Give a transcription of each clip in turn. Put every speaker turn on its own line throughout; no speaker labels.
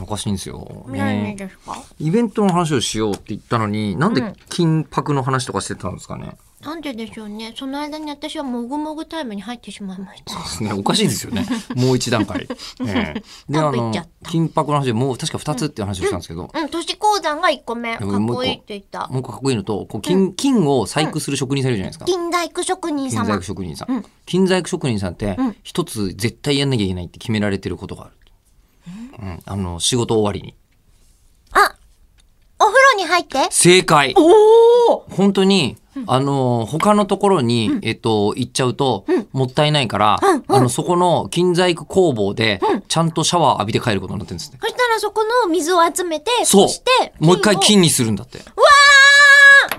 おかしいんですよ。
何
ね
ですか
イベントの話をしようって言ったのに、なん
う
で
ん
金箔の話とかしてたんですかね。
なんででしょうね。その間に私はもぐもぐタイムに入ってしまいました。
ですね。おかしいです よね。もう一段階。ええで、
パ
あ
ンプいっ
の
ちゃっ、た
金箔の話でもう確か二つっていう話をしたんですけど、
うん、都市鉱山が1個目。か
で
っ
ももう一個
こいいって言った。
もう一個かっこいいのと、こう金、金を細工する職人さんいるじゃないですか。
金大工職人
金細
様
工。職人さ
うんん。
金細工職人さんって
うん、
一つ絶対やんなきゃいけないって決められてることがある。うん。あの、仕事終わりに。
あお風呂に入って
正解
おお
本当に、あのー他のところに、えっと、行っちゃうと、もったいないから、あの、そこの金細工工房で、ちゃんとシャワー浴びて帰ることになってるんですね。
そしたらそこの水を集めて、
そう
して、
もう一回
を
金にするんだって。う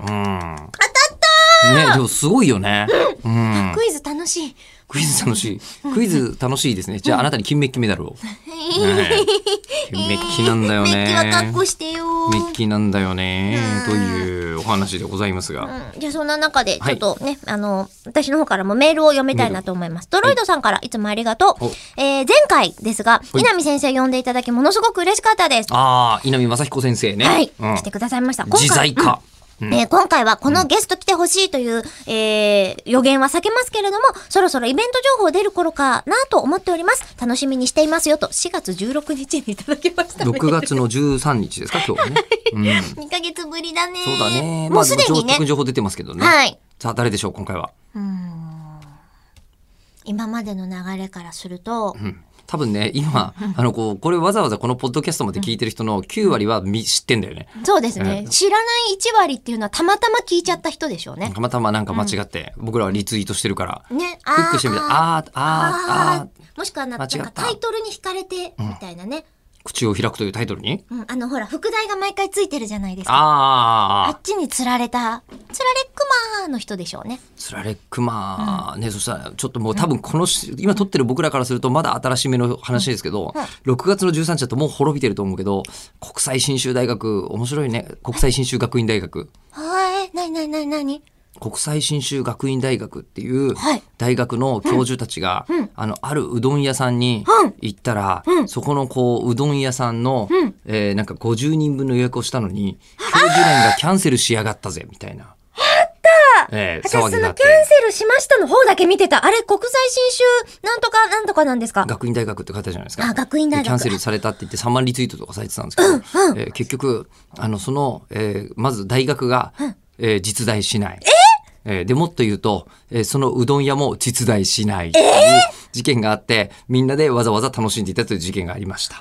わーうん。当たったね、でもすごいよね。うん。
クイズ楽しい。
クイズ楽しい。クイズ楽しいですね。じゃあ、あなたに金メッキメダルを。ねえ金メッキなんだよね。
メッキはかっこしてよ
メッキなんだよねと
うん。
いうお話でございますが。
うんじゃあそんな中で、ち
は
ょ
い
っとね、あの、私の方からもメールを読みたいなと思います。ドロイドさんからいつもありがとう。
お
えー前回ですが、
い
稲見先生呼んでいただきものすごく嬉しかったです。
ああ、稲見正彦先生ね。
はい、
うん
来てくださいました。今
自在
回、
化。
えー今回はこのゲスト来てほしいという、えー予言は避けますけれども、そろそろイベント情報出る頃かなと思っております。楽しみにしていますよと、4月16日にいただきました、ね。
6月の13日ですか、今日はね。うん、
2ヶ月ぶりだね。
そうだね。
もうすでに
まあ
ね
も、情報出てますけどね。
はい。
さあ、誰でしょう、今回は。
今までの流れからすると、
うん多分ね、今、あの、こう、これわざわざこのポッドキャストまで聞いてる人の9割はみ知ってんだよね。
そうですね、
うん
知らない1割っていうのはたまたま聞いちゃった人でしょうね。
たまたまなんか間違って、僕らはリツイートしてるから、
ね、
クックしてみて、
あー
あー、あー、あ
あーもしくはなな
間
ん
違った
かタイトルに惹かれてみたいなね、
ー、口を開くというタイトルに、
うんあのほら副題が毎回ついてるじゃないですか。あ
あー、
っちに釣られた、釣られクマの人でしょうね。
スラレックマね、そしたら、ちょっともう多分このし、今撮ってる僕らからすると、まだ新しめの話ですけど、6月の13日だともう滅びてると思うけど、国際信州大学、面白いね。国際信州学院大学。
はーい、なになになになに
国際信州学院大学っていう
はい
大学の教授たちが、あのあるうどん屋さんに
うん
行ったら、そこのこううどん屋さんの、えーなんか50人分の予約をしたのに教授連がキャンセルしやがったぜみたいな。あった、えー、騒ぎになって
セルしましたの方だけ見てた。あれ、国際新種、なんとかなんとかなんですか
学院大学って書いてあるじゃないですか。
あ学院大学
でキャンセルされたって言って3万リツイートとかされてたんですけど、えー結局、あの、その、えーまず大学が、えー実在しない。えーでもっと言うと、えーそのうどん屋も実在しないっていう事件があって、みんなでわざわざ楽しんでいたという事件がありました。